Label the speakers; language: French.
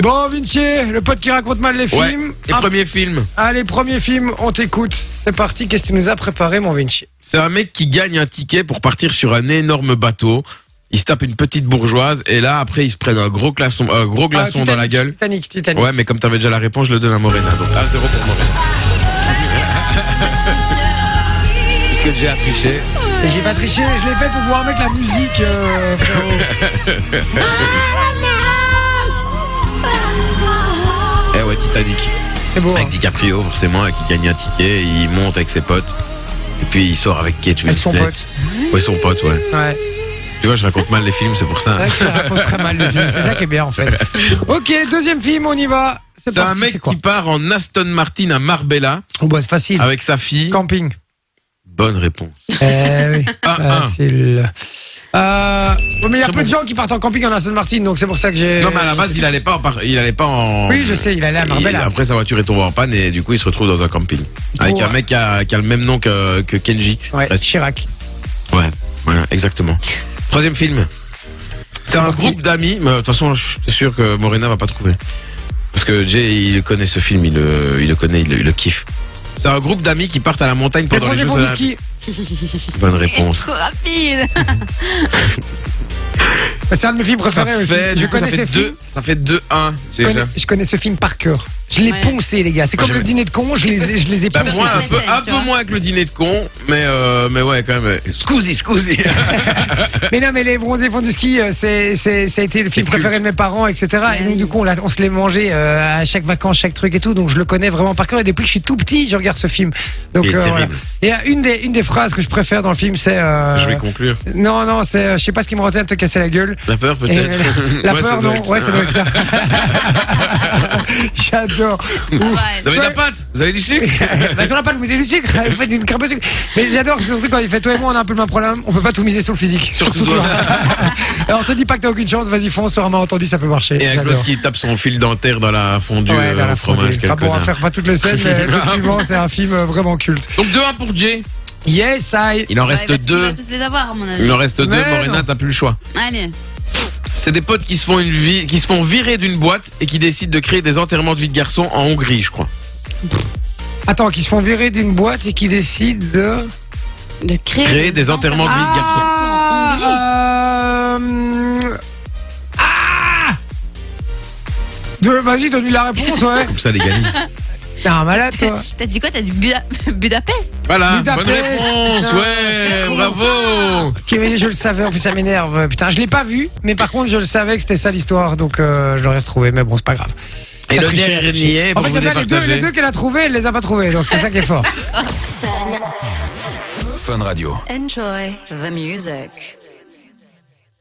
Speaker 1: Bon, Vinci, le pote qui raconte mal les
Speaker 2: Ouais.
Speaker 1: films.
Speaker 2: Et
Speaker 1: Ah,
Speaker 2: premier film.
Speaker 1: Allez, premier film, on t'écoute. C'est parti, qu'est-ce que tu nous as préparé, mon Vinci
Speaker 2: C'est un mec qui gagne un ticket pour partir sur un énorme bateau. Il se tape une petite bourgeoise et là après il se prennent un gros glaçon, un gros
Speaker 1: Ah,
Speaker 2: glaçon dans
Speaker 1: Titanic,
Speaker 2: la gueule.
Speaker 1: Titanic, Titanic.
Speaker 2: Ouais, mais comme t'avais déjà la réponse, je le donne à Morena. Donc 1-0 pour Morena. Puisque j'ai triché.
Speaker 1: Et J'ai pas triché, je l'ai fait pour pouvoir mettre la musique, euh, frérot.
Speaker 2: Eh ouais, Titanic.
Speaker 1: C'est beau. hein.
Speaker 2: Avec DiCaprio, forcément, qui gagne un ticket. Il monte avec ses potes. Et puis il sort avec Kate Winslet.
Speaker 1: Avec son pote.
Speaker 2: Ouais, son pote, ouais.
Speaker 1: Ouais.
Speaker 2: Tu vois, je raconte mal les films, c'est pour ça.
Speaker 1: C'est vrai qu'il raconte très mal le film, c'est ça qui est bien en fait. Ok, deuxième film, on y va. C'est
Speaker 2: C'est un
Speaker 1: parti,
Speaker 2: mec
Speaker 1: c'est quoi
Speaker 2: qui Ah part en Aston Martin à Marbella
Speaker 1: Oh, bah, c'est facile.
Speaker 2: avec sa fille.
Speaker 1: Camping.
Speaker 2: Bonne réponse.
Speaker 1: Eh oui,
Speaker 2: Ah, ah.
Speaker 1: facile. Euh, ouais, mais il y a
Speaker 2: Très
Speaker 1: peu de gens qui partent en camping en Aston Martin, donc c'est pour ça que j'ai.
Speaker 2: Non, mais à la base, il allait pas en. par- Il allait pas en...
Speaker 1: Euh, Oui, je sais, il allait à
Speaker 2: Il-
Speaker 1: Marbella.
Speaker 2: Après, sa voiture est tombée en panne et du coup, il se retrouve dans un camping. Avec
Speaker 1: Ouais.
Speaker 2: un mec qui a, qui a le même nom que, que Kenji.
Speaker 1: Oh. Ouais,
Speaker 2: Presque.
Speaker 1: Chirac.
Speaker 2: Ouais, ouais, exactement. Troisième film. C'est un
Speaker 1: parti.
Speaker 2: groupe d'amis, mais euh, de toute façon, je suis sûr que Morena va pas trouver. Parce que Jay, il connaît ce film, il le, il le connaît, il le, il le kiffe. C'est un groupe d'amis qui partent à la montagne
Speaker 1: Les
Speaker 2: pendant
Speaker 1: projets
Speaker 2: les Jeux
Speaker 1: font du
Speaker 2: Olympiques.
Speaker 1: ski.
Speaker 2: Bonne réponse.
Speaker 3: Trop rapide.
Speaker 1: Bah, C'est un de mes films
Speaker 2: Ça
Speaker 1: préférés aussi.
Speaker 2: fait,
Speaker 1: Je
Speaker 2: du coup, ça
Speaker 1: connais ces
Speaker 2: fait
Speaker 1: films.
Speaker 2: deux- ça fait 2-1
Speaker 1: Je
Speaker 2: déjà.
Speaker 1: connais, je connais ce film par cœur. Je l'ai
Speaker 3: Ouais.
Speaker 1: poncé, les gars. C'est
Speaker 2: Moi,
Speaker 1: comme
Speaker 2: j'ai-
Speaker 1: le dîner de con, je les ai, je les ai
Speaker 2: Bah,
Speaker 1: poncés.
Speaker 2: moins, un
Speaker 3: c'est
Speaker 2: peu,
Speaker 3: la scène,
Speaker 2: un
Speaker 3: tu
Speaker 2: peu
Speaker 3: vois.
Speaker 2: moins que le dîner de con, mais, euh, mais ouais, quand même. Scusi, scusi.
Speaker 1: Euh, Mais non, mais les bronzés font du ski, euh, c'est, c'est, ça a été le film
Speaker 2: culte.
Speaker 1: préféré de mes parents, etc. Et donc, du coup, on, l'a- on se l'est mangé euh, à chaque vacances, chaque truc et tout. Donc, je le connais vraiment par cœur. Et depuis que je suis tout petit, je regarde ce film. Donc,
Speaker 2: Il est
Speaker 1: voilà.
Speaker 2: terrible.
Speaker 1: Et euh, une des, une des phrases que je préfère dans le film, c'est. euh,
Speaker 2: Je vais conclure.
Speaker 1: non, non, c'est. euh, Je sais pas ce qui me retient de te casser la gueule.
Speaker 2: La peur,
Speaker 1: Et,
Speaker 2: peut-être.
Speaker 1: euh, la
Speaker 2: Ouais, ça
Speaker 1: peur,
Speaker 2: doit
Speaker 1: non.
Speaker 2: être euh,
Speaker 1: Ouais, ça doit être ça. J'adore.
Speaker 3: Pas
Speaker 2: Vous avez
Speaker 3: mal.
Speaker 2: de la pâte Vous avez du sucre
Speaker 1: bah, sur la pâte, vous mettez du sucre, vous faites une crêpe au sucre. Mais j'adore, surtout quand il fait toi et moi, on a un peu le même problème, on peut pas tout miser sur le physique.
Speaker 2: Surtout
Speaker 1: Alors, te dis pas que t'as aucune chance, vas-y, fonce sur un malentendu, ça peut marcher.
Speaker 2: Et avec l'autre
Speaker 1: J'adore.
Speaker 2: qui tape son fil dentaire dans la fondue
Speaker 1: Ouais,
Speaker 2: euh,
Speaker 1: dans la
Speaker 2: au fromage.
Speaker 1: fondue.
Speaker 2: quel
Speaker 1: Enfin bon, on va
Speaker 2: connard.
Speaker 1: faire pas toutes les scènes, mais effectivement, c'est un film euh, vraiment culte.
Speaker 2: Donc 2-1 pour Jay.
Speaker 1: Yes, I.
Speaker 2: Il en reste
Speaker 3: Ouais, bah, tu vas
Speaker 2: deux.
Speaker 3: tous les avoir, à mon avis.
Speaker 2: Il en reste
Speaker 1: Mais
Speaker 2: deux. Morena,
Speaker 1: non.
Speaker 2: t'as plus le choix.
Speaker 3: Allez.
Speaker 2: C'est des potes qui se font une vie, qui se font virer d'une boîte et qui décident de créer des enterrements de vie de garçons en Hongrie, je crois.
Speaker 1: Attends, qui se font virer d'une boîte et qui décident de.
Speaker 3: De créer,
Speaker 2: Créer des enterrements de vie de garçons.
Speaker 1: Ah, euh, ah De- Vas-y, donne-lui la réponse, ouais.
Speaker 2: Comme ça, légalise.
Speaker 1: T'es un malade, toi.
Speaker 3: T'as dit quoi T'as dit Buda- Budapest
Speaker 2: Voilà. Bonne
Speaker 1: Budapest,
Speaker 2: réponse.
Speaker 1: putain.
Speaker 2: Ouais. Bravo.
Speaker 1: Ok, mais je le savais, en plus ça m'énerve. Putain, je l'ai pas vu, mais par contre, je le savais que c'était ça l'histoire, donc euh, je l'aurais retrouvé, mais bon, c'est pas grave.
Speaker 2: Et
Speaker 1: Ça
Speaker 2: le
Speaker 1: trichait, elle a triché.
Speaker 2: dernier,
Speaker 1: En
Speaker 2: pour
Speaker 1: fait,
Speaker 2: vous
Speaker 1: il y avait les deux, les
Speaker 2: départager.
Speaker 1: deux qu'elle a trouvés, elle les a pas trouvés, donc c'est ça qui est fort.
Speaker 4: Enjoy the music.